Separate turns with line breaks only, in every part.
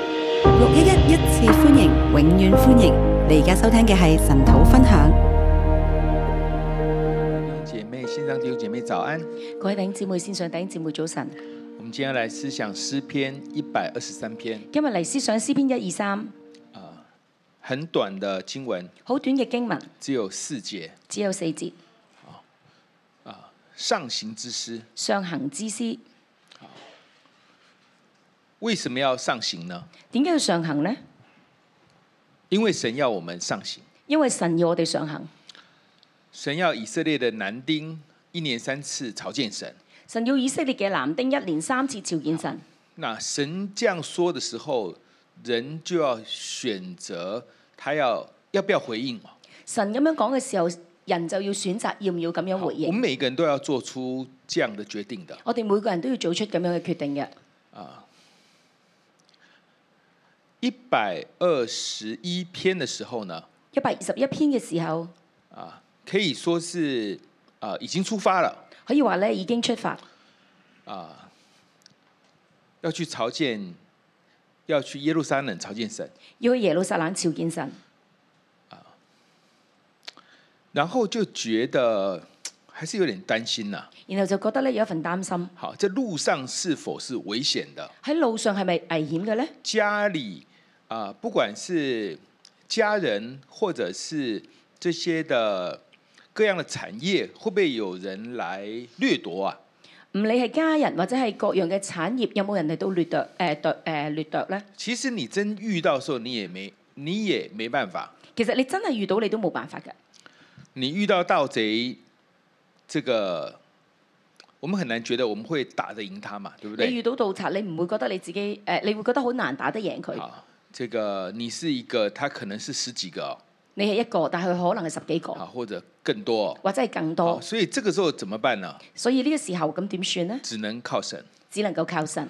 六一一一次歡迎，永遠歡迎！你而家收聽嘅係神土分享。
姐妹，線上弟兄姐妹早安。
各位弟兄姊妹、線上弟兄姊妹早晨，
我們今天要來思想詩篇一百二十三篇
今日嚟思想詩篇一二三，
啊、很短的經文，
好短嘅經文，
只有四節。
只有四節。
上行之詩
上行之詩，
為什麼要上行呢？
點解要上行呢？
因為神要我們上行，
因為神要我哋上行，
神要以色列的男丁一年三次朝見神。
神要以色列嘅男丁一連三次朝見神。
那神這樣說的時候，人就要選擇他要要不要回應哦。
神咁樣講嘅時候，人就要選擇要唔要咁樣回
我
應。
們每個人都要做出這樣的決定的。
我哋每個人都要做出咁樣嘅決定嘅。
一百二十一篇的時候呢，
一百二十一篇嘅時候，
啊，可以說是啊、已經出發了
可以話咧已經出發，
啊、要去朝見，要去耶路撒冷朝見神，
要去耶路撒冷朝見神，
然後就覺得嘖還是有點擔心呐、
然後就覺得咧有一份擔心
好，這路上是否是危險的？
喺路上係咪危險嘅呢？
家裡啊、不管是家人或者是這些的各樣的產業，會不會有人來掠奪啊？
唔理係家人或者係各樣嘅產業，有冇人嚟到掠奪誒奪誒掠奪咧？
其實你真遇到的時候，你也沒你也沒辦法。
其實你真係遇到你都冇辦法嘅。
你遇到盜賊，這個我們很難覺得我們會打得贏他嘛，對不
你遇
對？
到盜賊，你唔會覺得你自己誒、呃你會覺得好難打得贏佢。
好，這個你是一個，他可能是十幾個哦，
你係一個，但係佢可能係十幾
啊，
個，
或者更多哦。
或者係更
好，
哦多。
所以這個時候怎麼辦呢？
所以呢個時候咁點算呢？
只能靠神。
只能夠靠神。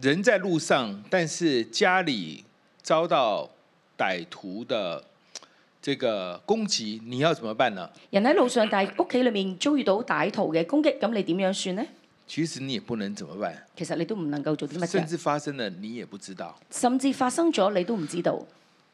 人在路上，但是家裡遭到歹徒的這個攻擊，你要怎麼辦呢？
人喺路上，但係屋企裏面遭遇到歹徒嘅攻擊，咁你點樣算呢？
其實你也不能怎麼辦，
其實你都唔能夠做啲乜
甚
嘢，
至發生了你也不知道，
甚至發生咗你都唔知道，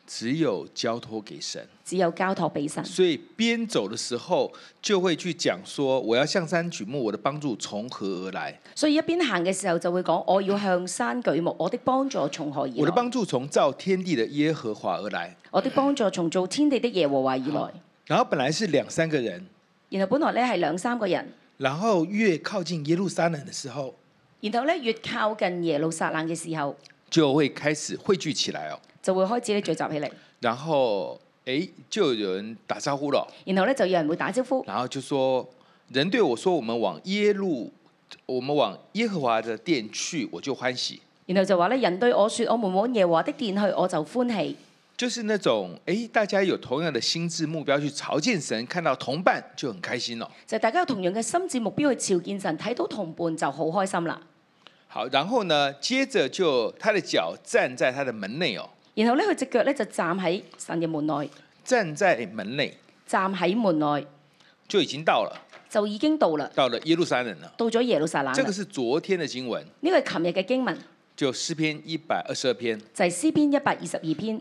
只有交托給神。
只有交託俾神。
所以邊走的時候就會去講說，我要向山舉目，我的幫助從何而來？
所以一邊行嘅時候就會講：我要向山舉目，我的幫助從何而
我的
來？
幫助從造天地的耶和華而來。
我的幫助從造天地的耶和華以來。
然後本來是兩三個人，
然後本來咧係兩三個人，
然後越靠近耶路撒冷的時候，
然後咧越靠近耶路撒冷嘅時候，
就會開始匯聚起來哦。
就會開始咧聚集起嚟。
然後誒，就有人打招呼了，
然後咧就有人會打招呼，
然後就說，人對我說，我們往耶路，我們往耶和華的殿去，我就歡喜。
然後就話咧人對我説：我們往耶和華的殿去，我就歡喜。
就是那種哎，大家有同樣的心智目標去朝見神，看到同伴就很開心哦。
就係大家有同樣嘅心智目標去朝見神，睇到同伴就好開心啦。
好，然後呢，接着就他的腳站在他的門內哦，
然後咧佢只腳咧就站喺神嘅門內，
站在門內
站喺門內
就已經到了，
就已經到啦，
到了耶路撒冷了。
到咗耶路撒冷啦
這個是昨天的經文，
呢個係琴日嘅經文，
就詩篇一百二十二篇。
就係、詩篇一百二十二篇。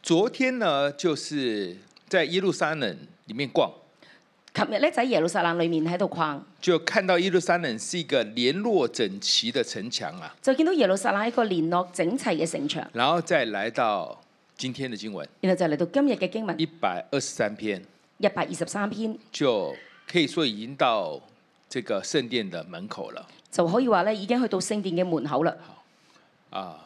昨天呢，就是在耶路撒冷裡面逛，
琴日咧就喺耶路撒冷裏面喺度逛，
就看到耶路撒冷是一個聯絡整齊的城牆啊，
就見到耶路撒冷一個連絡整齊嘅城牆。
然後再來到今天的經文
然後就嚟到今日嘅經文
一百二十三篇。
一百二十三篇，
就可以說已經到這個聖殿的門口了
就可以話咧已經去到聖殿嘅門口啦。
啊。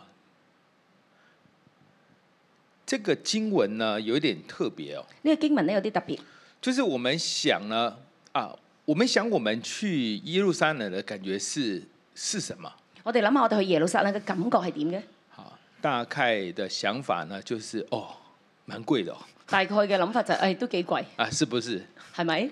這個經文呢，有一點特別哦，
呢、個經文咧有啲特別，
就是我們想呢啊，我們想我們去耶路撒冷的感覺是是什麼？
我哋諗下我哋去耶路撒冷嘅感覺係點嘅？
好，大概的想法呢，就是哦，蠻貴的哦，
大概嘅諗法就係、哎都幾貴，
啊，是不是
係咪？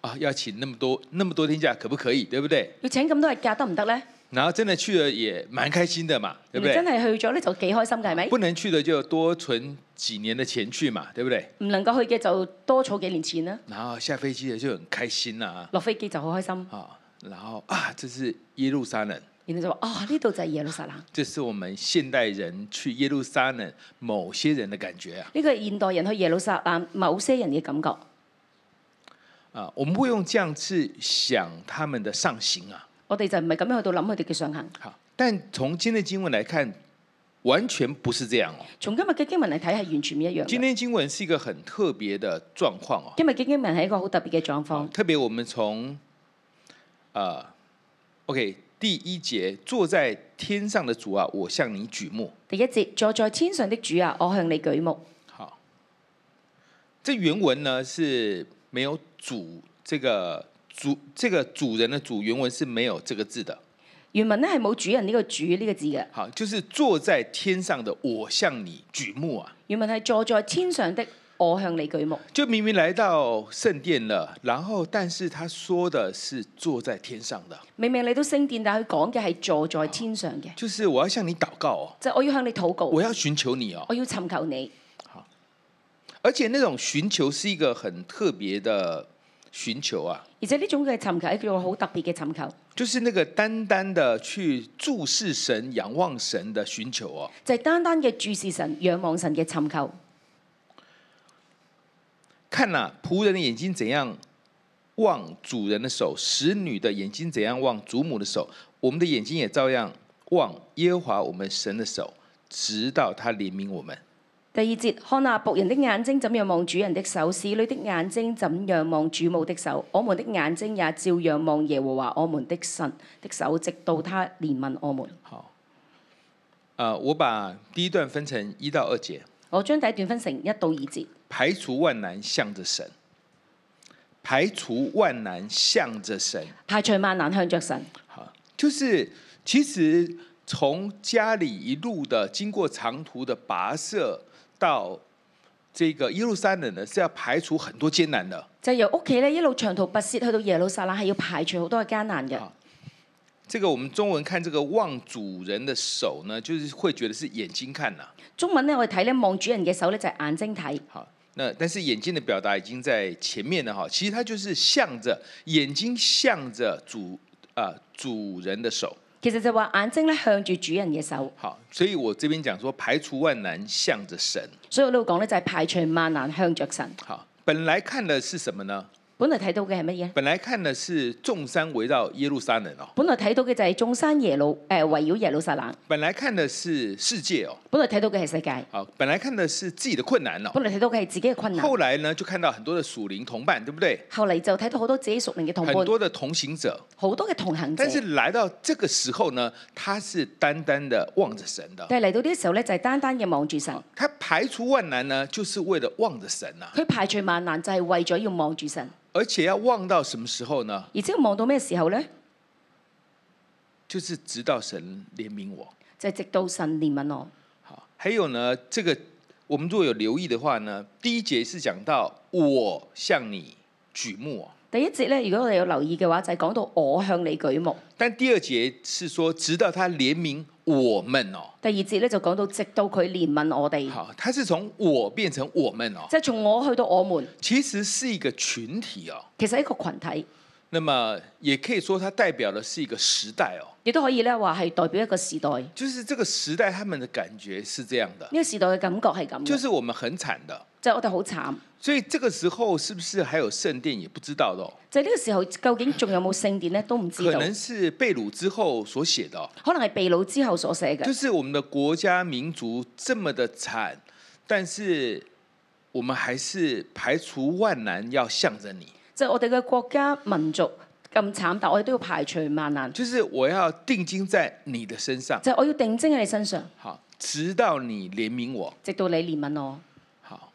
啊？要請那麼多那麼多天假，可不可以？對不對？
要請咁多日假得唔得呢？
然後真的去了也蠻開心的嘛，對不
你
對
真？係去咗咧就幾開心嘅係咪？
不能去的就多存幾年的钱去嘛，对不對？
唔能夠去嘅就多儲幾年錢啦。
然後下飛機的就很開心啦、
落飛機就好開心，
啊，然後啊，這是耶路撒冷，
然後就話：哦，呢度就係耶路撒冷。
这是我们现代人去耶路撒冷某些人的感觉啊！
呢個係現代人去耶路撒冷某些人嘅感覺。
啊，我们会用这样去想他们的上行啊。
我哋就唔係咁樣去到諗佢哋嘅上行。
好，但從今天的經文來看，完全不是這樣哦。
從今日嘅經文嚟睇係完全唔一樣嘅。
今天經文是一個很特別的狀況哦。
今日嘅經文係一個好特別嘅狀況。
特別我們從，呃，OK，第一節，坐在天上的主啊，我向你舉目。
第一節，坐在天上的主啊，我向你舉目。
好，这原文呢是沒有主这个主这个主人的主原文是沒有这個字的。
原文咧係冇主人呢個主呢個字嘅，
好，就是坐在天上的我向你舉目啊。
原文係坐在天上的我向你舉目。
就明明来到圣殿了，然后但是他说的是坐在天上的，
明明嚟到聖殿，但係佢講嘅係坐在天上嘅，
就是我要向你祷告哦，
就係我要向你禱告，
我要寻求你哦，
我要尋求你。
而且那种寻求是一个很特别的寻求啊，
而且呢種嘅尋求係一個好特別嘅尋求，
就是那个单单的去注视神、仰望神的寻求哦。
就係、單單嘅注視神、仰望神嘅尋求。
看呐、仆人的眼睛怎样望主人的手，使女的眼睛怎样望祖母的手，我们的眼睛也照样望耶和华我们神的手，直到他怜悯我们。
第二節，看啊，僕人的眼睛怎樣望主人的手，使女的眼睛怎樣望主母的手，我們的眼睛也照樣望耶和華我們的神的手，直到他憐憫我們。
好，呃，我把第一段分成一到二节，
我將第一段分成一到二節，
排除万难向着神，排除万难向着神。
排除萬難向着神。
好，就是其实从家里一路的经过长途的跋涉到这个耶路撒冷呢，是要排除很多艰难的。
就係由屋企咧一路長途跋涉去到耶路撒冷，係要排除好多嘅艱難嘅。
好这个我们中文看这个望主人的手呢，就是会觉得是眼睛看呐、
中文咧我哋睇咧望主人嘅手咧就係眼睛睇，
好，那但是眼睛的表达已经在前面了哈，其实它就是向着眼睛向着主啊、主人的手。
其實就話眼睛咧向住主人嘅手。
好，所以我这边讲说排除万难向着神。
所以我呢度講咧就係排除萬難向着神。
好，本来看的是什么呢？
本來睇到嘅係乜嘢？
本来看的是众山围绕耶路撒冷哦，
本來睇到嘅就係眾山耶路誒、圍繞耶路撒冷。
本来看的是世界哦，
本來睇到嘅係世界，
好，本来看的是自己的困难哦。
本來睇到嘅係自己嘅困難。
后来呢，就看到很多的属灵同伴，对不对？
後嚟就睇到好多自己熟齡嘅同
很
伴，
多的同行者，
好多嘅同行者
但。是来到这个时候呢，他是单单的望着神的。
但係嚟到呢個時候咧，就係、單單嘅望住神。
他排除万难呢，就是为了望着神呐、
佢排除萬難就係為咗要望住神，
而且要望到什么时候呢？
而且望到咩時候咧？
就是直到神怜悯我。
就係、直到神憐憫我。
好，还有呢，这个我们如果有留意的话呢，第一节是讲到我向你举目哦，
第一節咧，如果我哋有留意嘅話，就係、講到我向你舉目。
但第二节是说直到他怜悯我们哦。
第二節咧就講到直到佢憐憫我哋，
好，他是从我变成我们哦，
即係從我去到我們，
其实是一个群体哦。
其實係一個群體，
那么也可以说，它代表的是一个时代哦，
亦都可以咧話係代表一個時代。呢、
就是這個時代他們的感覺是這樣的，
個時代嘅感覺係咁嘅，
就
就是
我們很慘的，
係我哋好慘。
所以這個時候是不是還有聖殿也不知道的、哦，
就係呢個時候，究竟仲有冇聖殿咧，都唔知
可
道。
能是被擄之後所寫的、哦，
可能係被擄之後所寫
就
嘅，
是我們的國家民族這麼的慘，但是我們還是排除萬難要向着你，
就係我哋嘅國家民族咁慘，但我哋都要排除萬難，
就是我要定睛在你的身上，
就係我要定睛喺你身上，
好，直到你憐憫我。
直到你憐憫我。
好，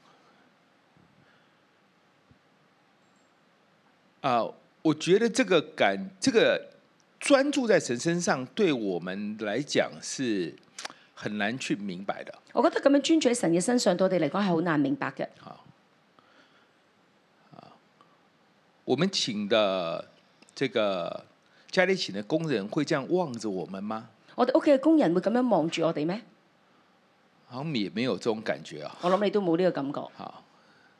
啊、我觉得这个感，这个专注在神身上，对我们来讲是很难去明白的。
我覺得咁樣專注喺神嘅身上，對我哋嚟講係好難明白嘅。
我们请的这个家里请的工人会这样望着我们吗？
我哋屋企嘅工人會咁樣望住我哋咩？
好像也没有这种感觉啊。
我諗你都冇呢個感覺，
好，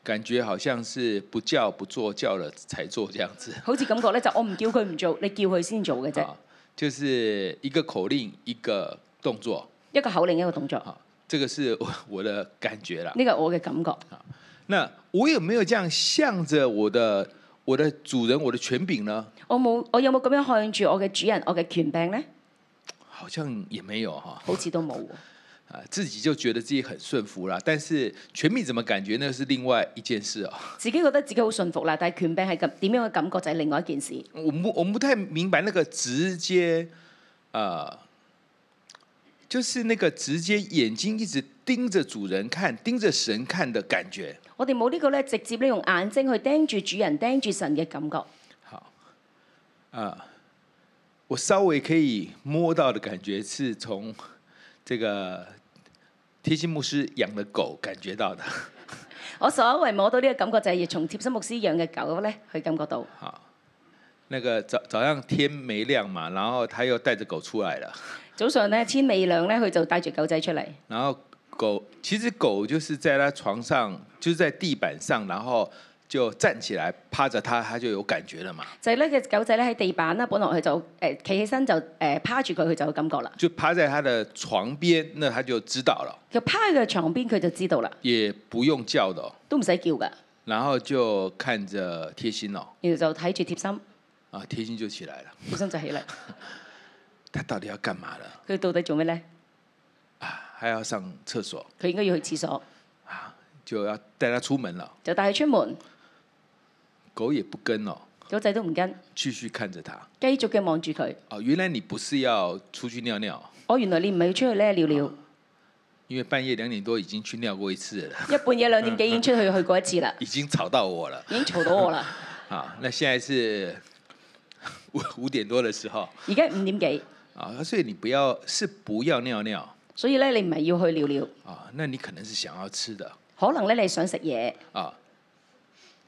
感觉好像是不叫不做，叫了才做这样子。
好似感覺咧就我唔叫佢唔做，你叫佢先做嘅啫。
啊，就是一个口令一个动作。
一個口令一個動作，
好，啊这个是我 我的感觉啦。
呢個我嘅感覺。
那我有没有这样向着我的我的主人我的权柄呢？
我冇，我有冇咁樣向住我嘅主人、我嘅權柄呢？
好像也没有哈、
好似都冇喎。
啊，自己就觉得自己很顺服啦。但是权柄怎么感觉那是另外一件事啊。
自己覺得自己好信服啦，但係權柄係咁點樣嘅感覺就係另外一件事。
我们不我们不太明白那个直接，呃，就是那个直接眼睛一直盯着主人看，盯着神看的感觉。
我哋冇呢個咧，直接咧用眼睛去盯住主人、盯住神嘅感覺。
好，啊，我稍微可以摸到的感觉是从这个贴心牧师养的狗感觉到的。
我所謂摸到呢個感覺就係從貼心牧師養嘅狗咧，去感覺到。
好，那个早早上天没亮嘛，然后他又带着狗出来了，
早上咧天未亮咧，佢就帶住狗仔出嚟。
然后狗其实狗就是在他床上，就是在地板上，然后就站起来趴着他，他就有感觉了嘛，
就係咧嘅狗仔咧喺地板啦，本來佢就呃誒企、起身就誒、呃趴住佢，佢就有感覺啦。
就趴在他的床边，那他就知道了，
佢趴喺佢床邊，佢就知道啦，
也不用叫的哦、
都唔使叫噶。
然後就看着貼心哦，
然後就睇住貼心，
啊，貼心就起來了。
貼心就起嚟。
他到底要幹嘛了？
佢到底做咩咧？
啊，還要上廁所，
佢應該要去廁所，
就要帶他出門了。
就帶佢出門。
狗也不跟哦，
狗仔都唔跟，
繼續看着他。
繼續嘅望住佢。
哦，原來你不是要出去尿尿，
我原來你唔係要出去咧尿尿，
因為半夜兩點多已經去尿過一次了，
一半夜兩點幾已經出去去過一次啦，
已經吵到我了。
已經嘈到我啦。
啊，那現在是 五五點多的時候
而家五點幾，
啊，所以你不要是不要尿尿
所以咧你唔係要去尿尿，
啊，那你可能是想要吃的
可能咧你想食嘢。
啊，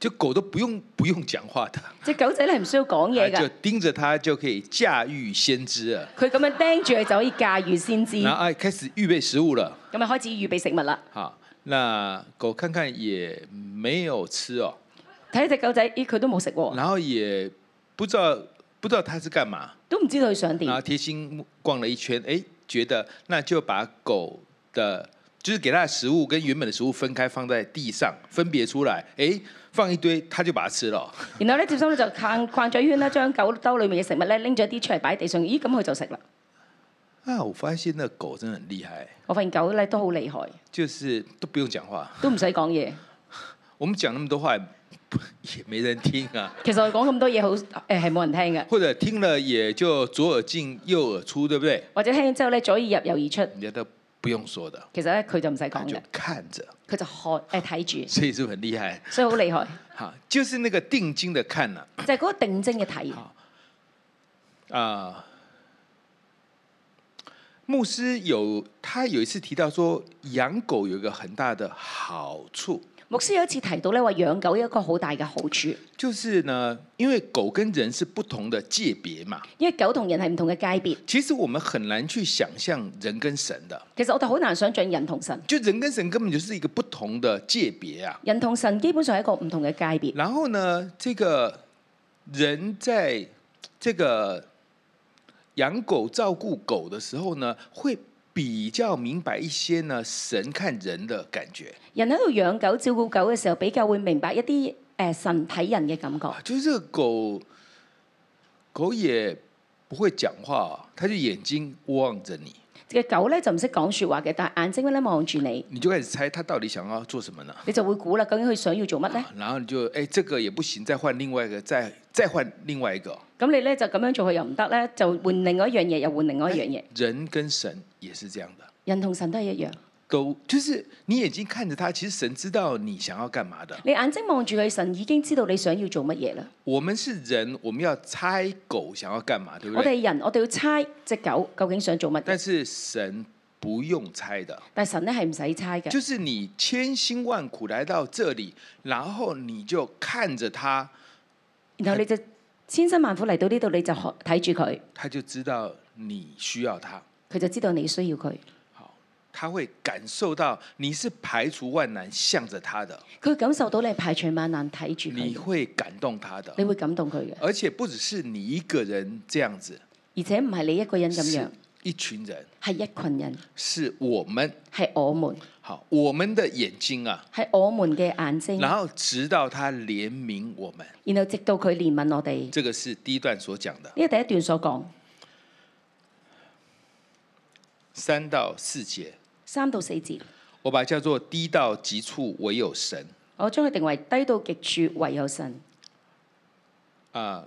就狗都不用不用講話的。
只狗仔咧唔需要講嘢
啊就
㗎，
盯着它就可以駕馭先知了。
佢咁樣盯住佢就可以駕馭先知。
然后哎，開始預備食物了。
咁啊開始預備食物啦。
好，那狗看看也沒有吃哦，
睇只狗仔，咦佢都冇食喎，
然後也不知道不知道它是幹嘛。
都唔知道佢想
然後
點。
貼心逛了一圈，哎，覺得那就把狗的，就是給它的食物跟原本的食物分開放在地上，分別出來。哎，放一堆，它就把它吃了哦。
然後咧貼心咧就逛逛咗一圈啦，將狗兜裡面嘅食物咧拎咗啲出嚟擺喺地上，咦咁佢就食啦。
啊，我發現那狗真的很厲害，
我發現狗咧都好厲害，
就是都不用講話，
都唔使講嘢。
我們講那麼多話也不也沒人聽啊。
其實我講咁多嘢好誒係冇人聽嘅，
或者听了也就左耳进右耳出，对不对？
或者聽完之後咧左耳入右耳出，
人家都不用说的，
其實咧佢就唔使
他
講
就
嘅，
看着，
佢就看誒睇住，
所以是不是很厲害？
所以好厲害。
哈，就是那个定睛的看了
就係嗰個定睛嘅睇，
啊、牧师有他有一次提到说，养狗有一个很大的好处，
牧師有一次提到咧話養狗有一個好大嘅好處，
就是呢，因为狗跟人是不同的界别嘛，
因為狗同人係唔同嘅界別。
其实我们很难去想象人跟神的，
其實我哋好難想像人同神，
就人跟神根本就是一个不同的界别啊。
人同神基本上係一個唔同嘅界別。
然后呢，这个人在这个养狗、照顾狗的时候呢，会比较明白一些呢神看人的感觉
人喺度養狗、照顧狗嘅時候，比較會明白一啲誒、呃神睇人嘅感覺
啊。，就是这个狗狗也不会讲话、哦，它就眼睛望着你，
嘅狗咧就唔識講説話嘅，但係眼睛咧望住你，
你就开始猜它到底想要做什么呢？
你就會估啦，究竟佢想要做乜咧？
然后你就哎，这个也不行，再换另外一个，再再换另外一个哦。
咁你咧就咁樣做佢又唔得咧，就換另外一樣嘢，又換另外一樣嘢。
哎人跟神也是这样的。
人同神都係一樣，
都就是你眼睛看着他，其实神知道你想要干嘛的。
你眼睛望住佢，神已經知道你想要做乜嘢啦。
我们是人，我们要猜狗想要干嘛，对不
我哋
对？
係人，我哋要猜只狗究竟想做乜
但
嘢，
是神不用猜的，
但係神咧係唔使猜嘅。
就是你千辛万苦来到这里，然后你就看着他，
然後你就千辛萬苦嚟到呢度，你就學睇住佢，
他就知道你需要他，
佢就知道你需要佢，
他会感受到你是排除万难向着他的，
佢感受到你係排除萬難睇住
你啊
佢，
会感动他的。
你會感動佢嘅。
而且不只是你一个人这样子，
而且唔係你一個人咁樣
是，一群人，
係一群人，
是我们。
係我們，
好，我们的眼睛啊，
係我們嘅眼睛。
然后直到他怜悯我们，
然後直到佢憐憫我哋，
这个是第一段所讲的
呢個第一段所講
三到四节，
三到四節，
我把它叫做低到极处唯有神
我將佢定為低到極處唯有神。
啊。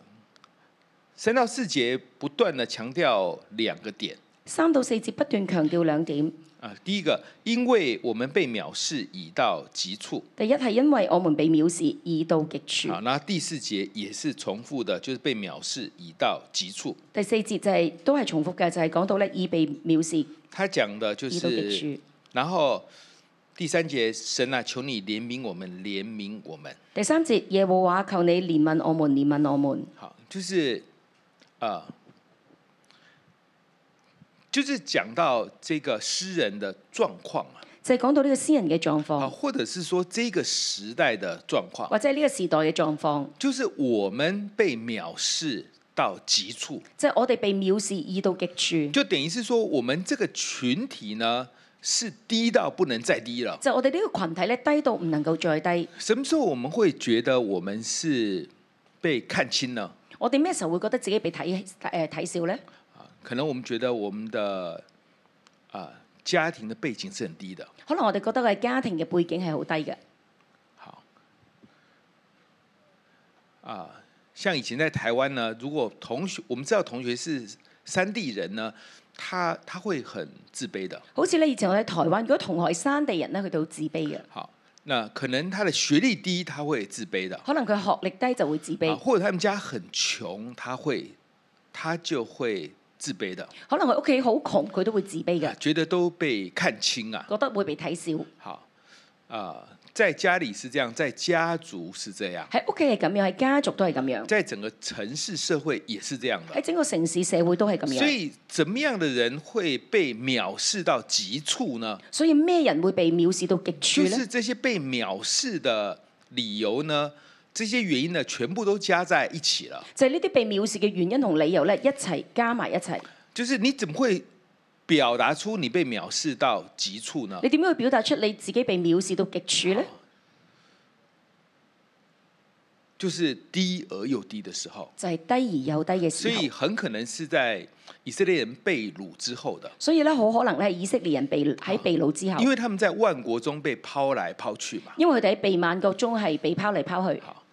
三到四节不断的强调两个点
三到四節不斷強調兩點，
啊，第一个，因为我们被藐视已到极处，
第一係因為我們被藐視，已到極
好，
處；
那第四节也是重复的，就是被藐视已到极处。
第四節就係、都係重複嘅，就係、講到咧已被藐視，
他讲的就
已到極
是，
處。
然后第三节，神啊，求你怜悯我们，怜悯我们。
第三節耶和華求你憐憫我們，憐憫我們，
好，就是啊、呃就是讲到这个诗人的状况啊，
就係、講到呢個私人嘅狀
啊，
況，
或者是说這個時代的狀況，
或者係呢個時代嘅狀況，
就是我們被藐視到極處，
即係我哋被藐視，已到極處。
就等於是说我們這個群體呢是低到不能再低了。
就我哋呢個群體咧，低到唔能夠再低。
什麼時候我們會覺得我們是被看清呢？
我哋咩時候會覺得自己被睇誒睇笑呢？
可能我們覺得我們的啊、家庭的背景是很低的，
可能我哋覺得我哋家庭嘅背景係好低嘅。
好啊，像以前在台灣呢，如果同学，我们知道同学是山地人呢，他他会很自卑的。
好似咧，以前我喺台灣，如果同學係山地人咧，佢哋好自卑嘅。
好，那可能他的学歷低，他会自卑的，
可能佢學歷低就會自
啊，
卑，
或者他们家很窮，他会他就会自卑的，
可能佢屋企好窮，佢都會自卑嘅
啊，覺得都被看清啊。
覺得會被睇笑。
好啊、在家里是这样，在家族是这样，
喺屋企係咁樣，喺家族都係咁樣，
在整个城市社會也是这样的
喺。整個城市社會都係咁
所
樣。
以，怎么样的人会被藐视到极处呢？
所以咩人會被藐視到極處
就
呢？
是这些被藐视的理由呢，这些原因呢，全部都加在一起了。
就係呢啲被藐視嘅原因同理由咧，一齊加埋一齊。
就是你怎么会表达出你被藐视到极处呢
你？點樣去表達出你自己被藐視到極處呢？
哦就是低而又低的时候，
就係低而又低嘅
所
時候
以。很可能是在以色列人被掳之后的，
所以咧，好可能咧，以色列人被喺被擄之後，
哦因为他们在万国中被抛来抛去嘛。
因為佢哋喺被萬國中係被拋嚟拋去，
好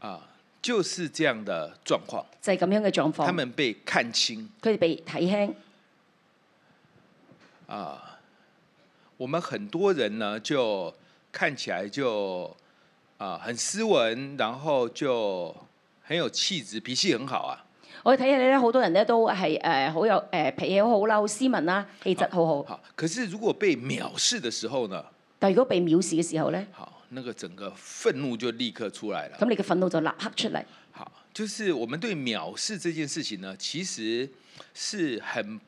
啊，就是这样的状况，
就係、咁樣嘅狀
他
況。
们被看清。
佢哋被睇輕，
我们很多人呢，就看起来就啊、很斯文，然后就很有气质，脾气很好啊。
我哋睇下你咧，好多人咧都係誒好有誒、呃脾氣好好啦，好斯文啦，氣質好好。
好，可是如果被藐视的时候呢，
但如果被藐視嘅時候咧，
好，那个整个愤怒就立刻出来了
咁。你嘅憤怒就立刻出嚟。
好，就是我们对藐视这件事情呢，其实是很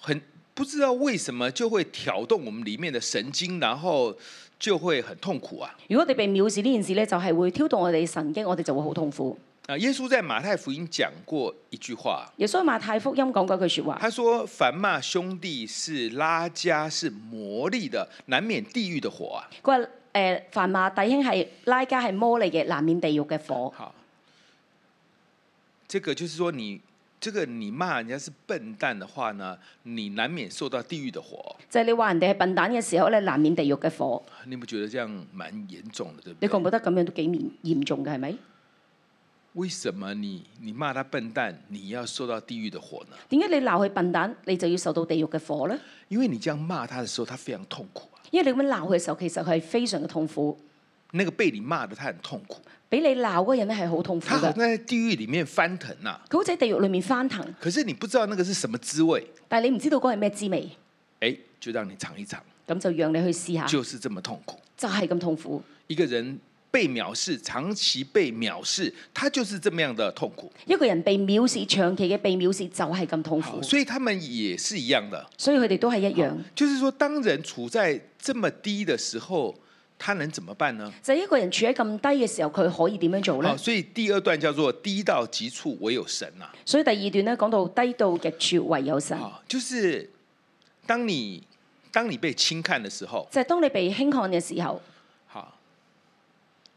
很不知道为什么就会挑动我们里面的神经，然后就会很痛苦啊。
如果我哋被藐視呢件事咧，就係、會挑動我哋神經，我哋就會好痛苦。
啊，耶稣在马太福音讲過一句話，
耶穌喺馬太福音講過一句説話，
他说：“凡骂兄弟是拉加是魔力的，难免地狱的火啊。
佢話誒凡罵弟兄係拉加係魔利嘅，難免地獄嘅”火。
好，这个就是说你这个你骂人家是笨蛋的话呢，你难免受到地狱的火。
就係、你話人哋係笨蛋嘅時候咧，難免地獄嘅火。
你不觉得这样蛮严重的，对不
你覺唔
对？
覺得咁樣都幾嚴嚴重嘅係咪？
为什么你你骂他笨蛋，你要受到地狱的火呢？
點解你鬧佢笨蛋，你就要受到地獄嘅火呢？
因為你這樣罵他的时候，他非常痛苦啊。
因為你咁樣鬧佢嘅時候，其實佢係非常嘅痛苦，
那个被你罵的，他很痛苦，
俾你鬧嗰個人咧係好痛苦
他好
嘅
像。在地狱里面翻腾呐、
佢好似喺地獄裏面翻騰，
可是你不知道那个是什么滋味，
但係你唔知道嗰係咩滋味，
哎，就让你尝一尝，
咁就讓你去試下，
就是这么痛苦。
就係咁痛苦。
一个人被藐视，长期被藐视，他就是这么樣的痛苦。
一個人被藐視，長期嘅被藐視就係咁痛
好，
苦，
所以他们也是一样的，
所以佢哋都係一樣。
就是说，当人处在这么低的时候，他能怎么办呢？
就係一個人處喺咁低嘅時候，佢可以點樣做
好，
呢？
所以第二段叫做低到极处唯有神啊呐、
所以第二段咧講到低到極處唯有神，
啊，就是当你当你被轻看的时候，
就係當你被輕看嘅時候，
好，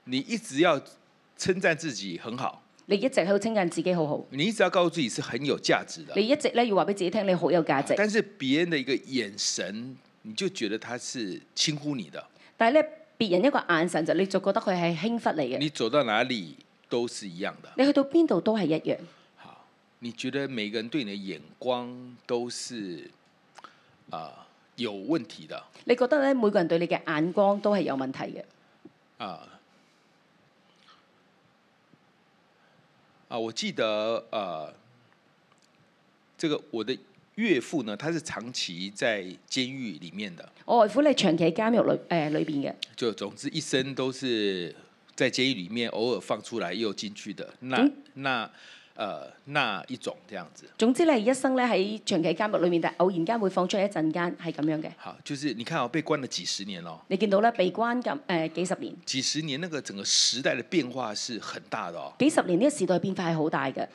你一直要称赞自己很好，
你一直喺度稱讚自己好好，
你一直要告诉自己是很有价值的，
你一直咧要話俾自己聽你好有價值，
但是别人的一个眼神，你就觉得他是轻忽你的，
但係咧別人一個眼神就你就覺得佢係輕忽你嘅，
你走到哪里都是一样的。
你去到邊度都係一樣，
好，你觉得每个人对你的眼光都是啊、有问题的啊、
你覺得咧每個人對你嘅眼光都係有問題嘅，
啊！我记得呃，这个我的岳父呢，他是长期在监狱里面的，
我外父咧長期喺監獄裏誒裏邊嘅，
就总之一生都是在监狱里面，偶尔放出来又进去的，那、
嗯
那呃那一种这样子。
總之咧一生咧喺長期喺監獄裏面，但係偶然間會放出嚟一陣間係咁樣嘅。
好，就是你看哦，被關了幾十年哦，
你見到咧被關禁誒、呃、幾十年，
几十年那个整个时代的变化是很大的哦。
幾十年呢個時代變化係好大嘅。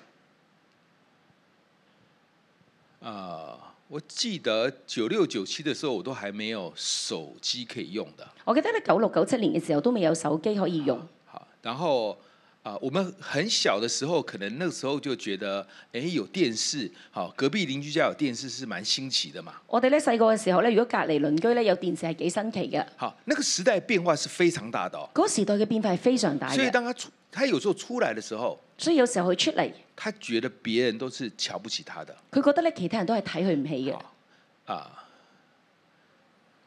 呃，我记得九六九七的时候，我都还没有手机可以用的。
我記得咧九六九七年嘅時候都未有手機可以用，
好，然后啊、我们很小的时候，可能那时候就觉得，哎，有电视，好，隔壁邻居家有电视是蛮新奇的嘛。
我哋咧細個嘅時候咧，如果隔離鄰居咧有電視係幾新奇嘅。
好，那个时代變化是非常大的、哦，
嗰個時代嘅變化係非常大
所以
嘅，
当他出，他有时候出来的时候，
所以有時候佢出嚟，
他觉得别人都是瞧不起他的
佢覺得咧其他人都係睇佢唔起嘅，
哦啊，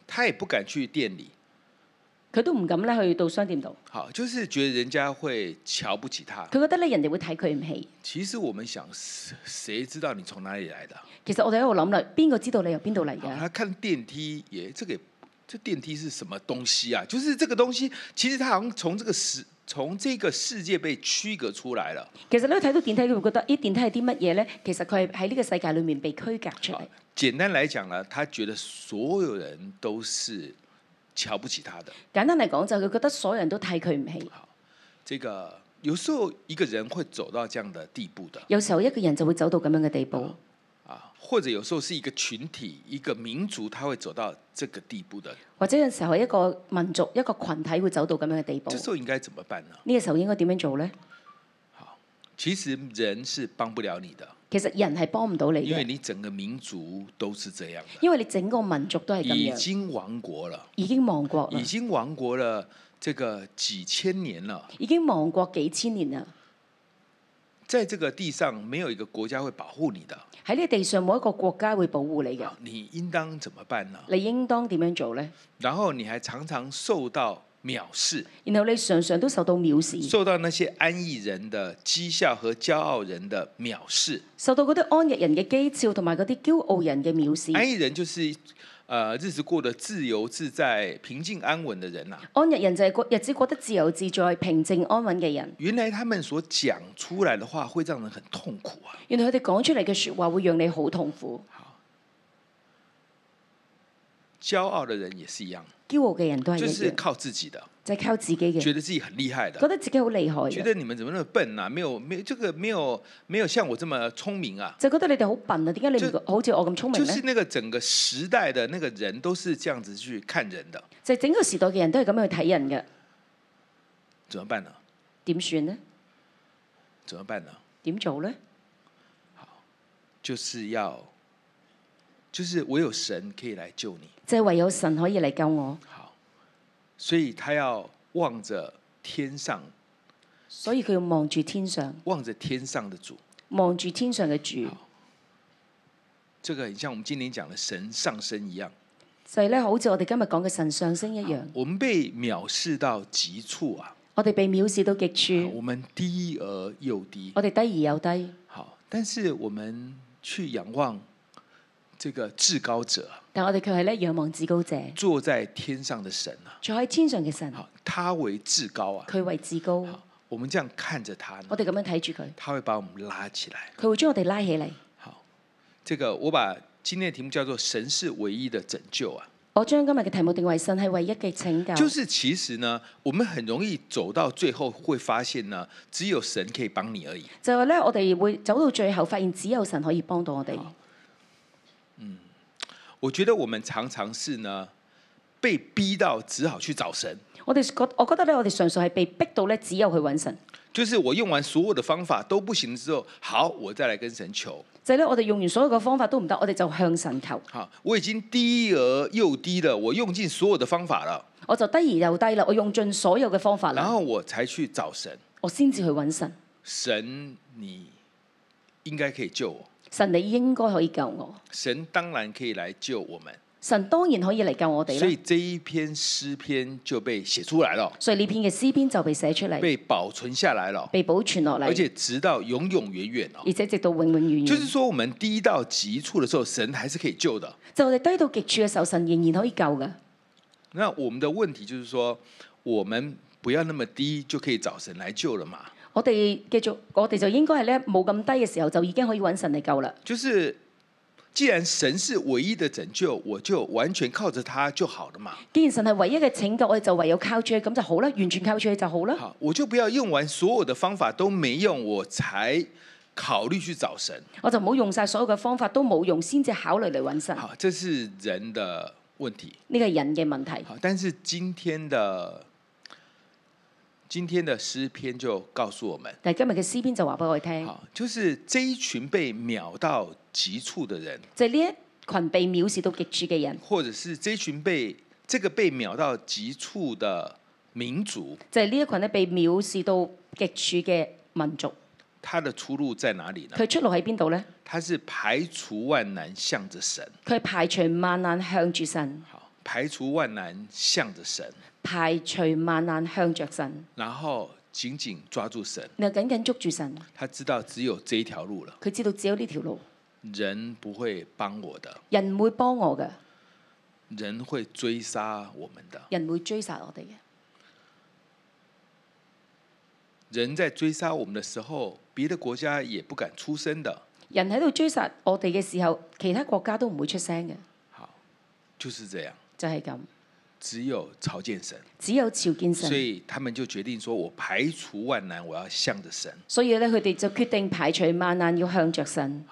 他也不敢去店里，
佢都唔敢咧去到商店度，
好，就是觉得人家会瞧不起他。
佢覺得咧人哋會睇佢唔起。
其实我们想，谁谁知道你从哪里来的？
其實我哋喺度諗啦，邊個知道你由邊度嚟
好
㗎？
他看电梯也这个也这电梯是什么东西啊？就是这个东西，其实他好像从这个世从这个世界被区隔出来了。
其實咧睇到電梯，佢會覺得咦電梯係啲乜嘢咧？其實佢係喺呢個世界裏面被區隔出
哦
嚟。
简单来讲呢，他觉得所有人都是瞧不起他的。
簡單嚟講就係佢覺得所有人都睇佢唔起。
这个有时候一个人会走到这样的地步的
有時候一個人就會走到咁樣嘅地步，
啊，或者有时候是一个群体、一个民族，他会走到这个地步的。
或者有時候一個民族、一個群體會走到咁樣嘅地步
这。时候应该怎么办呢？
呢個時候應該點樣做呢？
其实人是帮不了你的，
其實人係幫唔到你
因为
嘅，
你整个民族都是这样的。
因為你整個民族都係咁
已
樣，
经亡国了，
已經亡國啦
已，经亡国了这个几千年了，
已經亡國幾千年啦。
在这个地上没有一个国家会保护你的，
喺呢個地上冇一個國家會保護你嘅，
你应当怎么办呢？
你應當點樣做呢？
然后你还常常受到藐视，
然後你常常都受到藐視，
受到那些安逸人的讥笑和驕傲人的藐视。
受到嗰啲安逸人嘅譏誚同埋嗰啲驕傲人嘅藐視。
安逸人就是呃日子过得自由自在、平静安稳的人呐、啊
安逸人就係過日子過得自由自在、平靜安穩嘅人。
原来他们所讲出来的话会让人很痛苦啊！
原來佢哋講出嚟嘅説話會讓你好痛苦。
骄傲的人也是一样，
驕傲嘅人都係一
就是
樣，
靠自己的，
就係、靠自己嘅，
觉得自己很厉害的
覺，得自己好厲害
觉
嘅，
得你们怎么那么笨啊？没有没有这个没有没有像我这么聪明啊！
就覺得你哋好笨啊！點解你唔
就
好似我咁聰
就
明呢
是？那个整个时代的那个人都是这样子去看人的，
就係整個時代嘅人都係咁樣去睇人嘅，
怎么办呢？
點算呢？
怎么办呢？
點做呢？
就是要，就是我有神可以来救你，
就係、唯有神可以嚟救我，
所以他要望着天上，
所以佢要望住天上，
望着天上的主。
望住天上嘅主，
这个很像我们今天讲的神上升一样，
就係、呢，咧好似我哋今日講嘅神上升一樣，
我们被藐视到极处啊，
我哋被藐視到極處，
我们低而又低，
我哋低而又低，
好，但是我们去仰望这个至高者，
但我哋卻係咧仰望至高者，
坐在天上的神啊，
坐喺天上嘅神，
好，他为至高啊，
佢為至高，
我们这样看着他呢
我，哋咁樣睇住佢，
他会把我们拉起来。
佢會將我哋拉起嚟。
这个我把今天的题目叫做“神是唯一的拯救”啊，
我將今日嘅題目定為神係唯一嘅拯救。
就是其实呢，我们很容易走到最后会发现呢，只有神可以帮你而已。
就係咧，我哋會走到最後，發現只有神可以幫到我哋。
我觉得我们常常是呢，被逼到只好去找神。
我哋覺，我覺得咧，我哋常常係被逼到咧，只有去揾神。
就是我用完所有的方法都不行之后，好，我再来跟神求。
就係咧，我哋用完所有嘅方法都唔得，我哋就向神求。
好，我已经低而又低了，我用尽所有的方法了，
我就低而又低啦，我用盡所有嘅方法
然
啦，
后我才去找神。
我先至去揾神。
神，你应该可以救我。
神你應該可以救我，
神当然可以来救我们，
神當然可以嚟救我哋
所以
啦。
这一篇诗篇就被写出来了，
所以呢篇嘅詩篇就被寫出嚟，
被保存下来了，
被保存落嚟，
而且直到永永远远哦。
而且直到永永遠
就是
遠。
说，我们低到极處的时候，神还是可以救的。
就我哋低到極處嘅時候，神仍然可以救嘅。
那我们的问题就是说，我们不要那么低就可以找神来救了嘛？
我哋繼續，我哋就應該係咧冇咁低嘅時候，就已經可以揾神嚟救啦。
就是既然神是唯一的拯救，我就完全靠着他就好了嘛。
既然神係唯一嘅拯救，我哋就唯有靠住佢咁就好啦，完全靠住佢就好啦。
好，我就不要用完所有的方法都没用，我才考虑去找神。
我就唔好用晒所有嘅方法都冇用，先至考慮嚟揾神。
好，这是人的问题。
呢個係人嘅問題。
好，但是今天的今天的诗篇就告诉我们，
但係今日嘅詩篇就話俾我哋聽，
好，就是这一群被秒到极处的人，
就係呢一群被藐視到極處嘅人，
或者是这一群被这个被秒到极处的民族，
就係呢一群咧被藐視到極處嘅民族，
他的出路在哪里呢？
佢出路喺邊度呢？
他是排除万难向着神，
佢係排除萬難向住神，
好，排除万难向着神，
排除萬難向着神，
然後紧紧抓住神，
然後緊緊捉住神。
他知道只有这一条路了，
佢知道只有呢條路，
人不會幫我的，
人唔會幫我嘅，
人會追殺我們的，
人會追殺我哋嘅。
人在追殺我們的時候，別的國家也不敢出聲的，
人喺度追殺我哋嘅時候，其他國家都唔會出聲嘅，
好，就是這樣，
就係咁。
只有朝見神，
只有朝見
所
神，
以他們就決定說，我排除萬難，我要向着神。
所以咧佢哋就決定排除萬難，要向着神。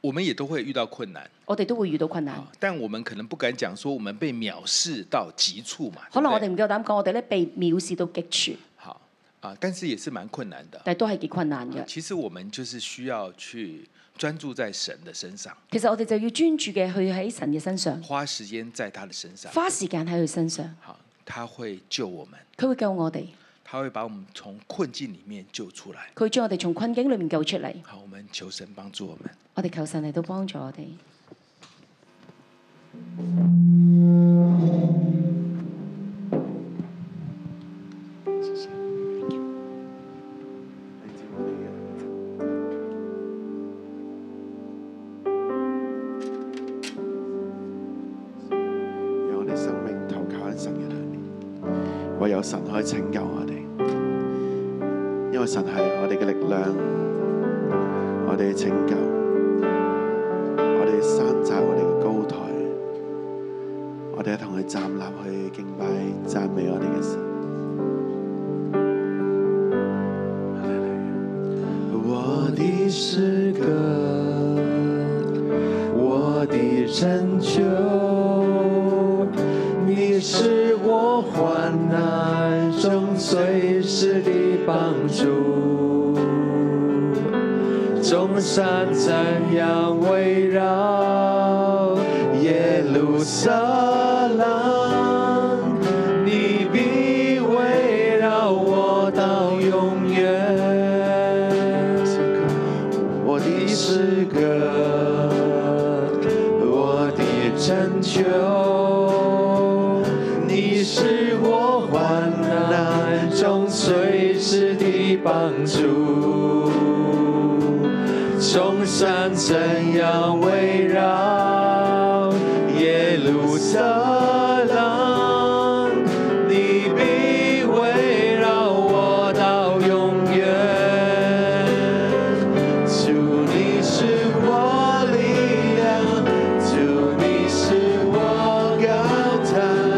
我們也都會遇到困難，
我哋都會遇到困難，
啊但我們可能不敢講說我們被藐視到極處嘛。
可能
對不
我
對
哋唔夠膽講，我哋咧被藐視到極處，
好啊，但是也是蠻困難的。
但係都係幾困難嘅。
其实我们就是需要去专注在神的身上，
其實我哋就要專注嘅去喺神嘅身上，
花时间在他的身上。
花時間喺佢身上，
好，他会救我们，
佢會救我哋，
他会把我們從困境裡面救出來。
佢會將我哋從困境裏面救出嚟。
好，我們求神幫助我們。
我哋求神嚟到幫助我哋。
让我哋生命投靠喺神嘅裏面，唯有神可以拯救我哋，因為神係我哋嘅力量，我哋嘅拯救，我哋嘅山寨，我哋嘅高台，我哋同佢站立去敬拜讚美我哋嘅神。我的诗歌，我的拯救，你是我患难中随时的帮助。众山怎样围绕耶路撒冷？你必围绕我到永远。我的诗歌，我的拯救，你是我患难中随时的帮助。众山怎样围绕耶路撒冷？你必围绕我到永远。主你是我力量，主你是我根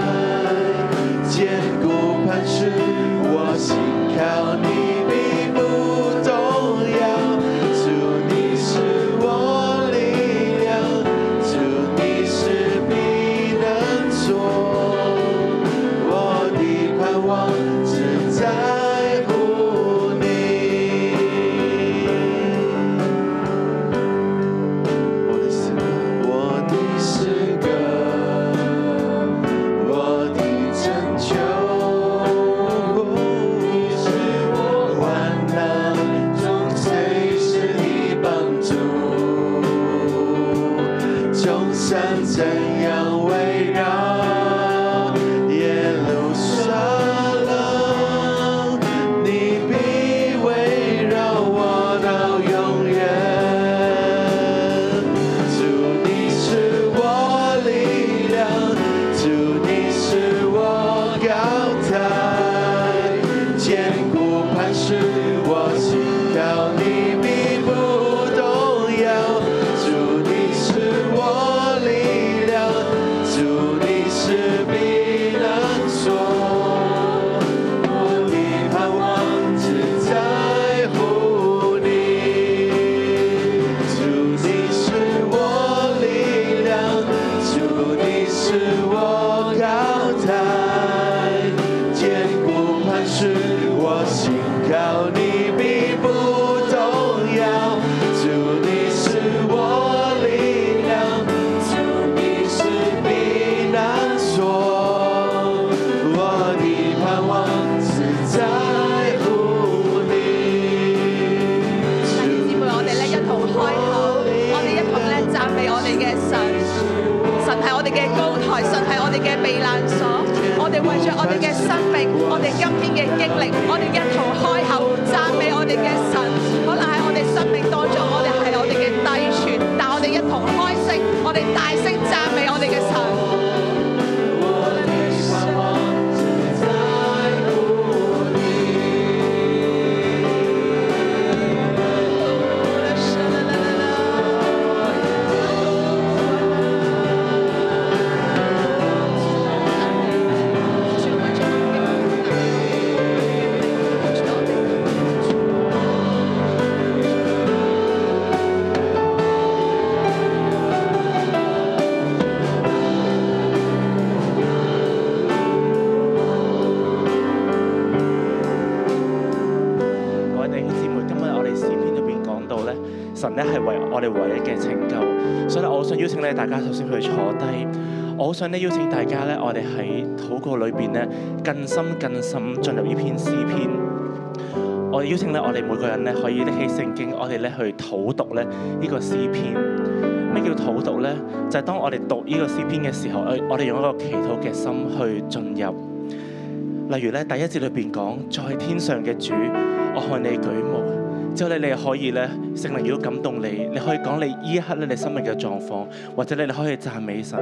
高台，坚固磐石，我心跳你必不动摇。主你是我力量，主你是避难所。我的盼望只在乎你，主你是我力量，主你是我高台，坚固磐石，我信靠你必不动摇，主你是我力量，主你是避难所，我的盼望只在乎你。
弟兄姊妹，我哋咧一同開口，我哋一同咧讚美我哋嘅神。神係我哋嘅高台，神係我哋嘅避難所。我哋為着我哋嘅生命，我哋今天嘅經歷，我哋一同開口讚美我哋嘅神。可能喺我哋生命當中，我哋係我哋嘅低處，但我哋一同開聲，我哋大聲讚美我哋嘅神。
各位弟兄姊妹，今日我哋詩篇入邊講到咧，神咧係為我哋唯一嘅拯救，所以咧我想邀請咧大家首先去坐低，我好想咧邀請大家咧，我哋喺禱告裏邊咧更深更深進入呢篇詩篇。我哋邀請咧，我哋每個人咧可以拎起聖經，我哋咧去禱讀咧呢個詩篇。咩叫禱讀咧？就係、當我哋讀呢個詩篇嘅時候，我我哋用一個祈禱嘅心去進入。例如咧，第一節裏邊講，在天上嘅主，我看你舉目。之後咧，你係可以咧，聖靈如果感動你，你可以講你依一刻咧你生命嘅狀況，或者你你可以讚美神。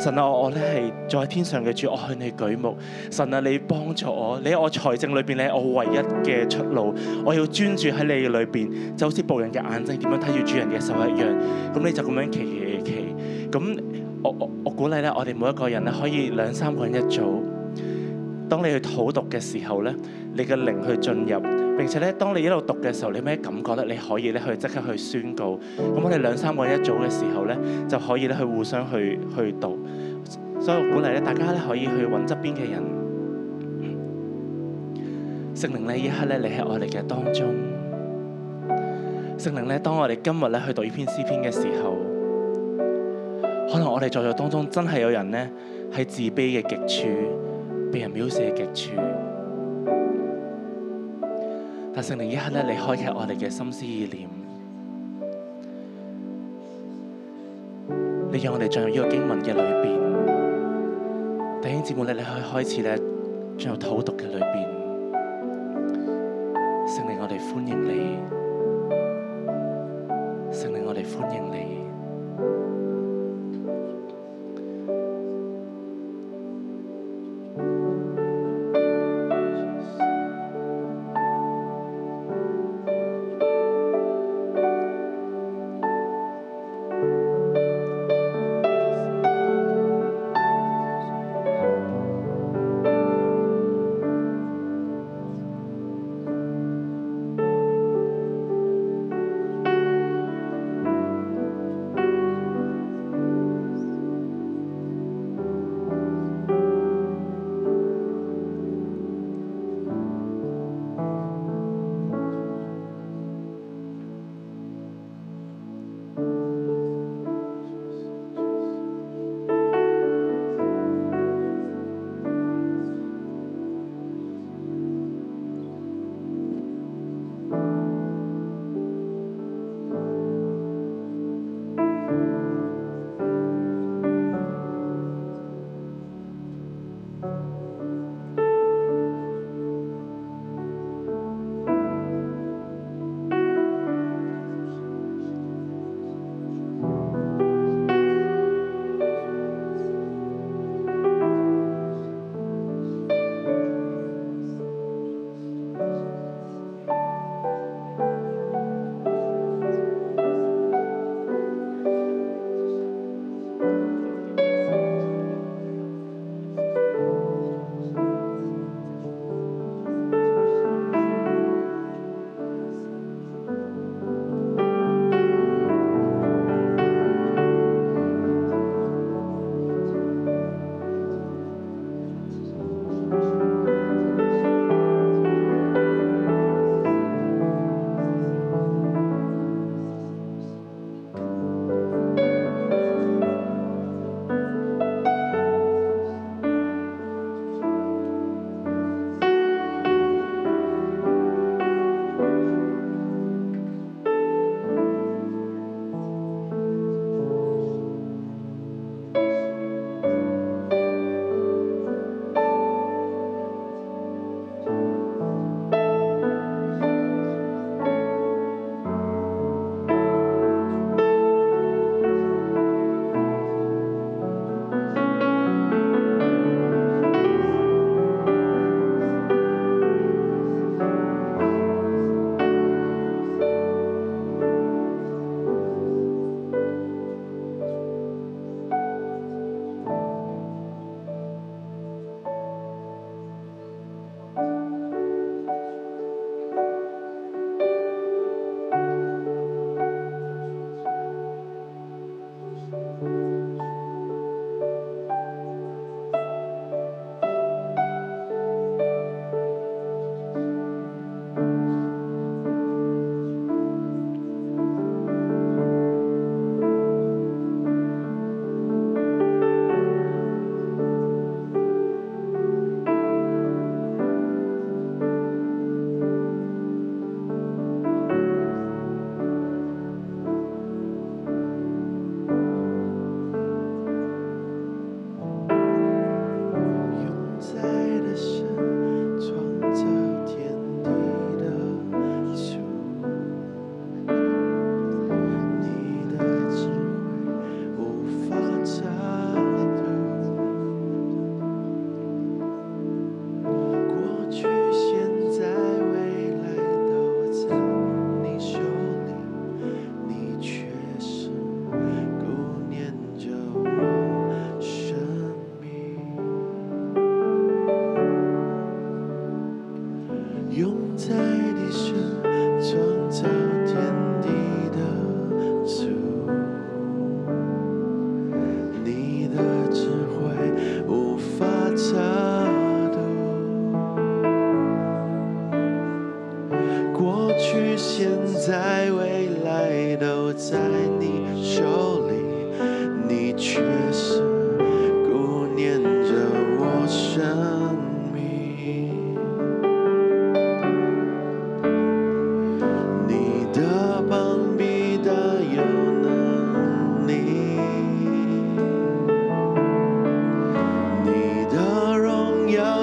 神啊，我我咧係在天上嘅主，我向你舉目。神啊，你幫助我，你喺我財政裏邊，你係我唯一嘅出路。我要專注喺你嘅裏邊，就好似僕人嘅眼睛點樣睇住主人嘅手一樣。咁你就咁樣祈祈祈，咁我我我鼓勵咧，我哋每一個人咧可以兩三個人一組。當你去禱讀嘅時候咧，你嘅靈去進入，並且咧，當你一路讀嘅時候，你有咩感覺咧？你可以咧去即刻去宣告。咁我哋兩三個人一組嘅時候咧，就可以咧去互相去去讀。所以我鼓勵咧，大家咧可以去揾側邊嘅人。嗯聖靈呢，呢一刻咧，你喺我哋嘅當中。聖靈咧，當我哋今日咧去讀呢篇詩篇嘅時候，可能我哋在座當中真係有人咧係自卑嘅極處。被人藐視嘅極處。但聖靈一刻咧，你開啟我哋嘅心思意念，你讓我哋進入呢個經文嘅裏邊。弟兄姊妹咧，你可以開始咧進入討讀嘅裏邊。聖靈，我哋歡迎你。聖靈，我哋歡迎你。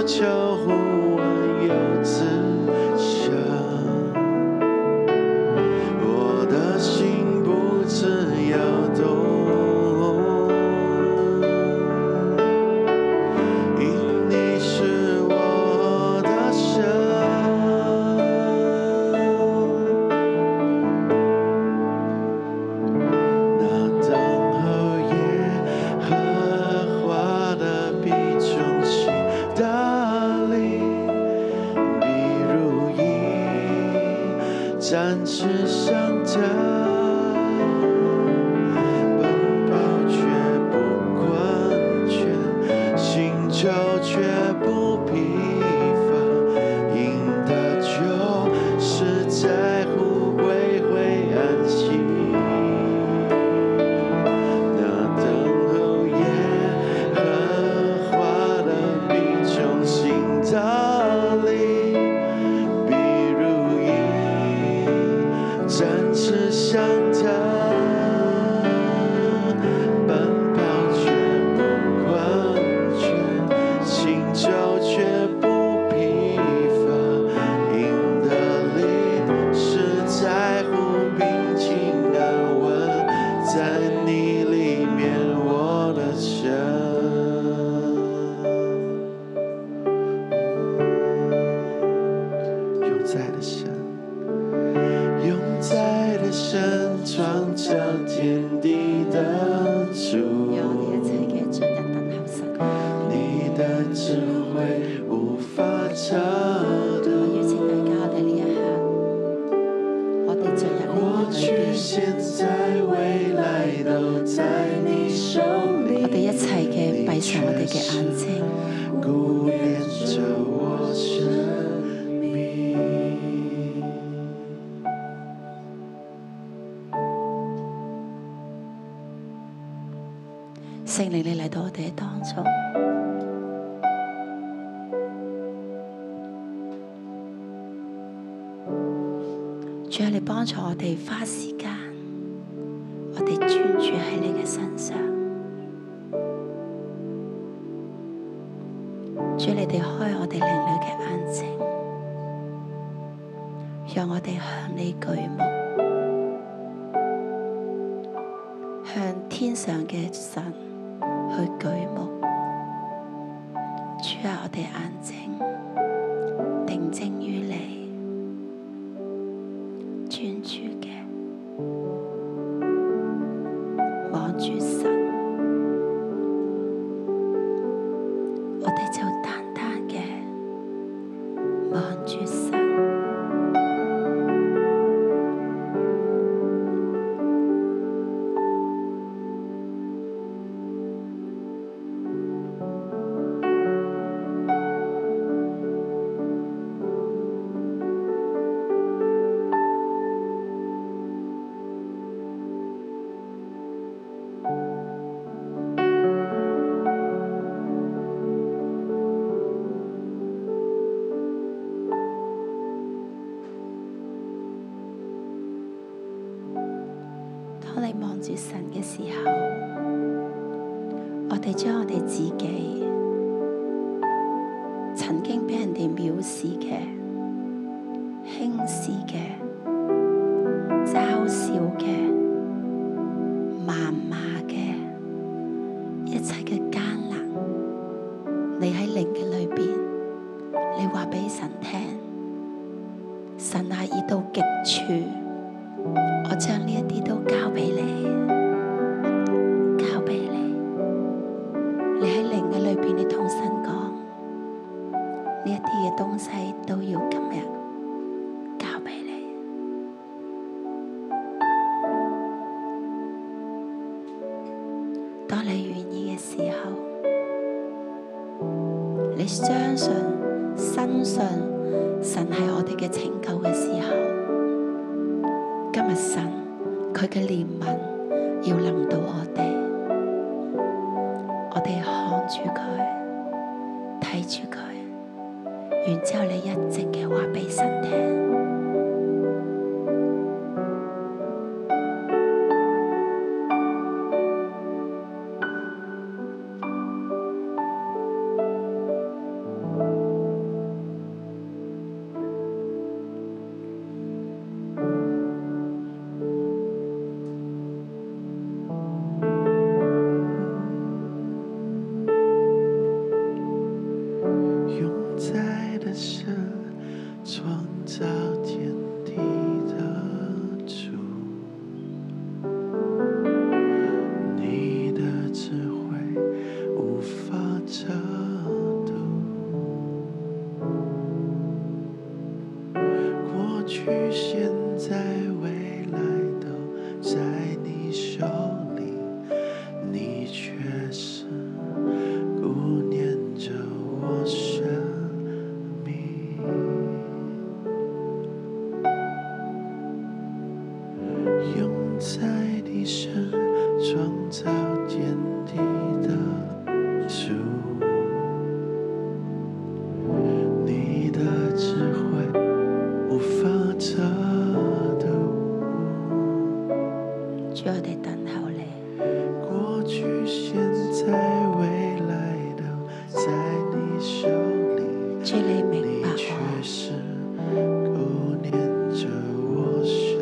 求无问又自强，我的心不自由动，因你是我的神。那当后夜荷花的比重轻大力，比如意展翅上腾，奔跑却不困倦，行走却不疲乏，赢得就是在乎归回安息。那等候耶和华的比重心大力，比如鹰展翅上腾，奔跑却不困倦，行走却不疲乏，赢得力是在乎平静安稳。在你里面，我的神。永在的神，永在的神，创造天地的主，
讓我哋一齊嘅進入等候神。
你的智慧无法测
我
度
邀請大家，我哋呢一刻，我哋進入呢
过
個裏
去、
邊，
现在、未来都在你手里。
我哋一齊嘅閉上我哋嘅眼睛，
顾念着我生命。
聖靈你嚟到我哋嘅當中。主啊，你幫助我哋花時間，我哋專注喺你嘅身上。主，你哋開我哋靈裏嘅眼睛，讓我哋向你舉目，向天上嘅神去舉目。主啊，我哋眼睛定睛於你。專注嘅望住神，我哋就單單嘅望住神。當你望住神嘅時候，我哋將我哋自己曾經俾人哋藐視嘅、輕視嘅、嘲笑嘅、謾罵嘅一切嘅艱難，你喺靈嘅裏邊，你話俾神聽，神啊，已到極處。我將呢一啲都交俾你，交俾你。你喺靈嘅裏邊，你同神講，呢一啲嘅東西都要今日交俾你。當你願意嘅時候，你相信、深信神係我哋嘅拯救嘅時候。今日神佢嘅憐憫要臨到我哋，我哋看住佢，睇住佢，然之後你一直嘅話俾神聽。
去、现在、未来都在你手里，你却是顾念着我生命。用在你身创造天地的主，你的智慧无法测度
主，我哋等候你，
过去、现在、未来都在你手里，
主你明
你
白
却
我，
是顾念着我生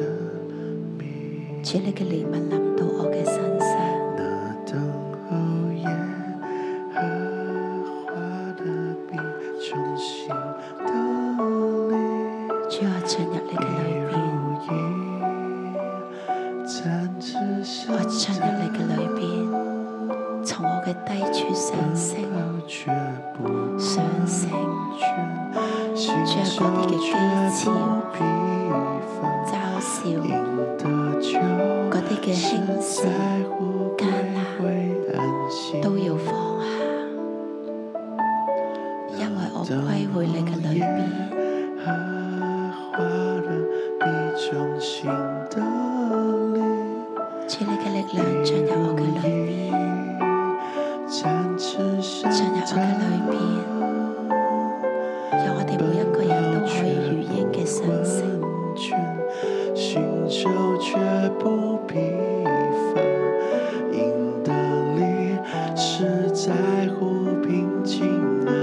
命。
主你嘅怜悯临到
哦
我嘅身上，
那等候耶和华的必重新得力。
主我进入
一
你
如
嘅里边，
一展翅上
我进入你嘅里边，从我嘅低处上升，
高，却不
上升。
倦，心中
主啊嗰啲嘅
却
讥
不
诮
疲乏。
嘲笑
赢得就
嗰啲嘅輕
是
視
在乎
艱難
不會安息
都要放下，因為我歸回你嘅裏邊，
和花的比中心的力。
主你嘅力量進入我嘅裏邊，
展翅上
進入我嘅裏邊，讓我哋每一個人都可以如鷹嘅上升，
温泉，寻求却不疲乏，赢得力是在乎平静安稳。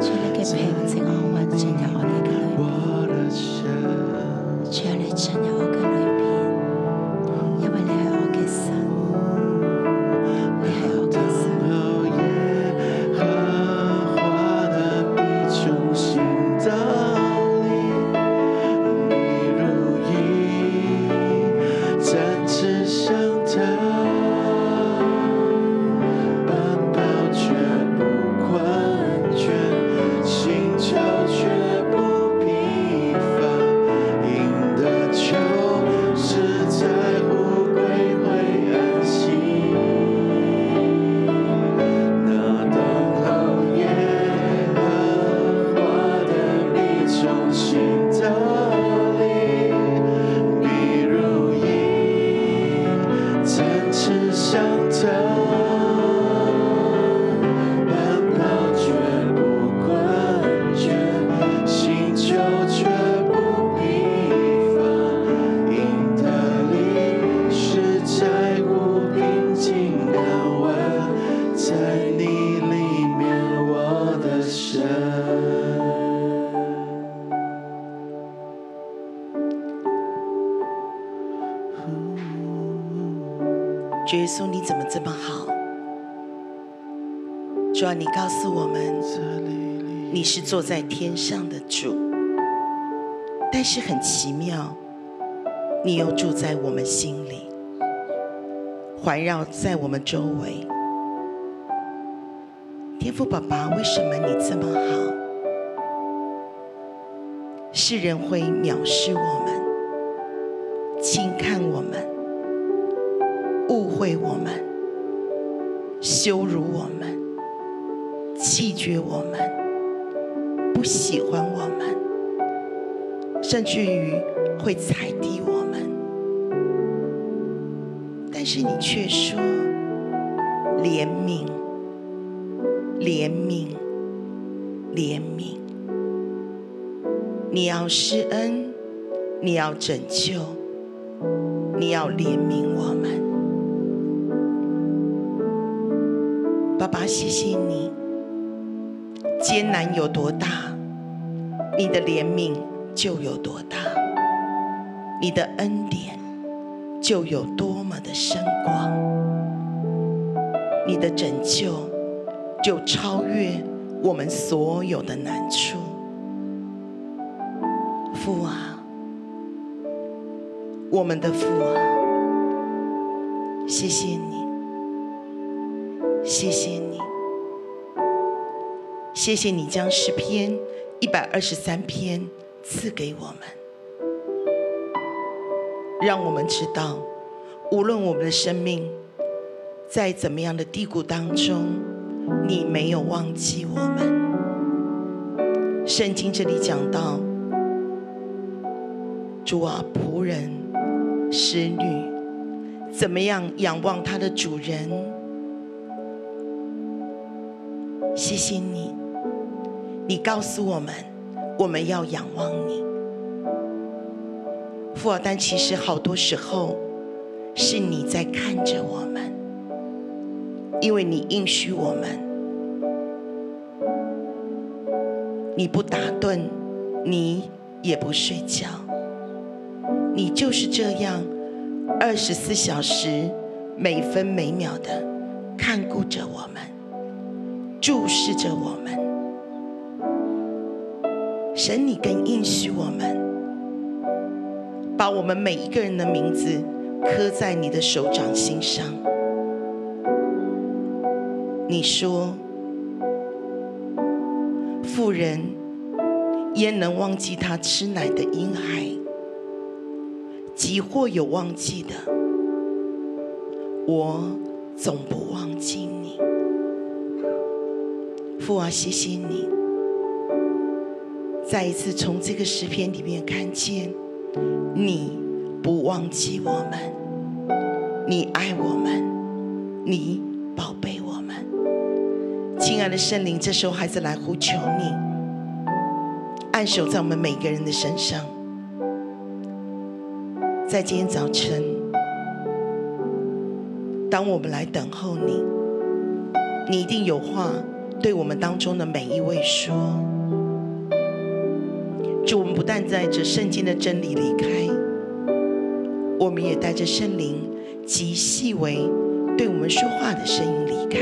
主你嘅平靜安穩進入我哋嘅裏邊，
我的神，
主啊你進入我嘅裏邊，因為你係我嘅神，你係我嘅神，
哦耶和华的必中心的力，你如鹰展翅上腾，奔跑却不困倦，心跳却不疲乏，赢得球是在乎归回安息。那等候耶和华的必重新得力，必如鹰展翅上腾，奔跑却不困倦，心求却不疲乏，赢得力是在乎平静安稳。在你里面，我的神。
主耶稣，你怎么这么好？主啊，你告诉我们，你是坐在天上的主，但是很奇妙，你又住在我们心里，环绕在我们周围。天父爸爸，为什么你这么好？世人会藐视我们，轻看我们。误会我们、羞辱我们、弃绝我们、不喜欢我们，甚至于会踩低我们。但是你却说怜悯、怜悯、怜悯，你要施恩，你要拯救，你要怜悯我们。爸爸，谢谢你。艰难有多大，你的怜悯就有多大，你的恩典就有多么的深广，你的拯救就超越我们所有的难处。父啊，我们的父啊，谢谢你。谢谢你，谢谢你将诗篇一百二十三篇赐给我们，让我们知道，无论我们的生命在怎么样的低谷当中，你没有忘记我们。圣经这里讲到，主啊，仆人、使女，怎么样仰望他的主人？谢谢你，你告诉我们，我们要仰望你。富尔丹其实好多时候是你在看着我们，因为你应许我们，你不打盹，你也不睡觉，你就是这样二十四小时每分每秒的看顾着我们，注视着我们。神，你更应许我们。把我们每一个人的名字刻在你的手掌心上。你说，妇人焉能忘记她吃奶的婴孩？即或有忘记的，我总不忘记你。父啊，谢谢你，再一次从这个诗篇里面看见。你不忘记我们，你爱我们，你宝贝我们。亲爱的圣灵，这时候孩子来呼求你，按手在我们每个人的身上，在今天早晨，当我们来等候你，你一定有话对我们当中的每一位说。主，我们不但在这圣经的真理离开，我们也带着圣灵极细微对我们说话的声音离开，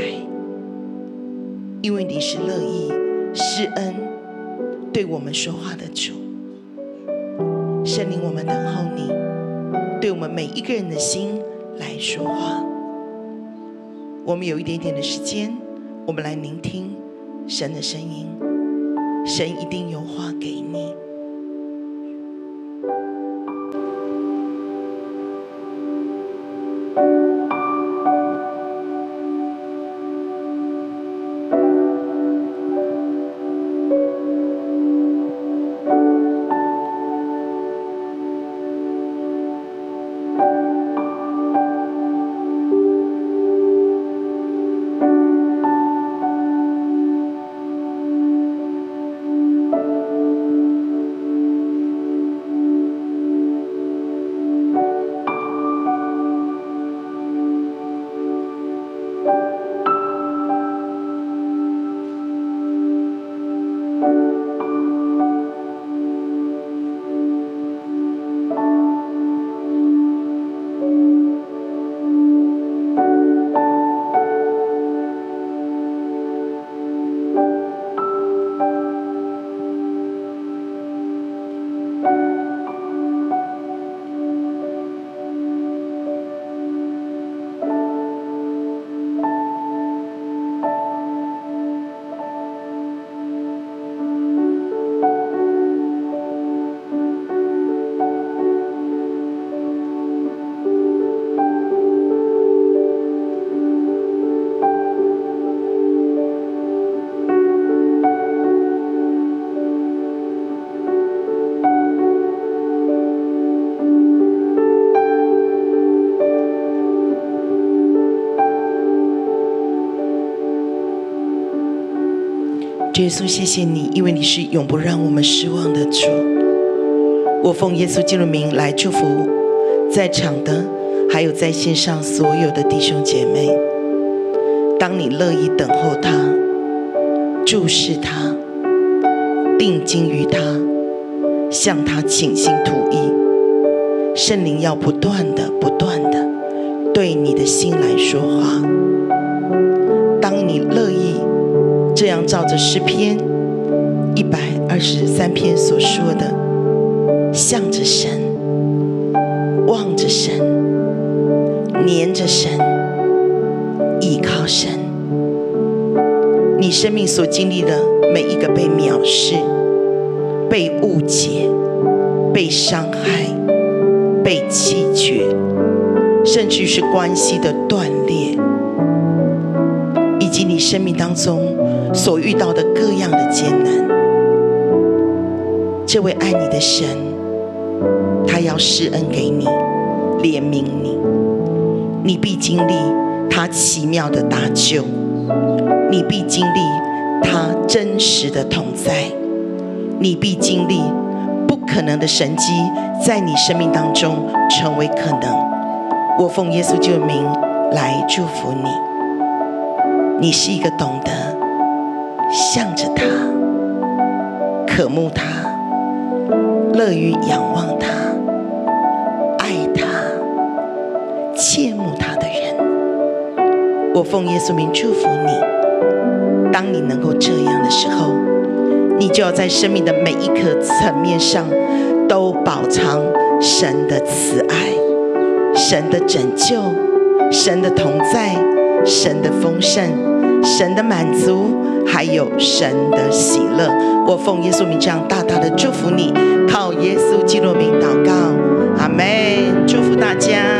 因为你是乐意施恩对我们说话的主。圣灵，我们等候你，对我们每一个人的心来说话。我们有一点点的时间，我们来聆听神的声音，神一定有话给你。主耶稣，谢谢你，因为你是永不让我们失望的主。我奉耶稣基督的名来祝福在场的，还有在线上所有的弟兄姐妹。当你乐意等候他，注视他，定睛于他，向他倾心吐意，圣灵要不断的、不断的对你的心来说话。当你乐意。这样照着诗篇一百二十三篇所说的，向着神，望着神，黏着神，倚靠神。你生命所经历的每一个被藐视、被误解、被伤害、被弃绝，甚至是关系的断裂，以及你生命当中所遇到的各样的艰难。这位爱你的神，他要施恩给你，怜悯你，你必经历他奇妙的搭救，你必经历他真实的同在。你必经历不可能的神迹在你生命当中成为可能。我奉耶稣基督的名来祝福你。你是一个懂得向着他、渴慕他、乐于仰望他、爱他、切慕他的人。我奉耶稣名祝福你。当你能够这样的时候，你就要在生命的每一个层面上都饱尝神的慈爱、神的拯救、神的同在、神的丰盛、神的满足，还有神的喜乐。我奉耶稣名这样大大的祝福你，靠耶稣基督的名祷告，阿门。祝福大家。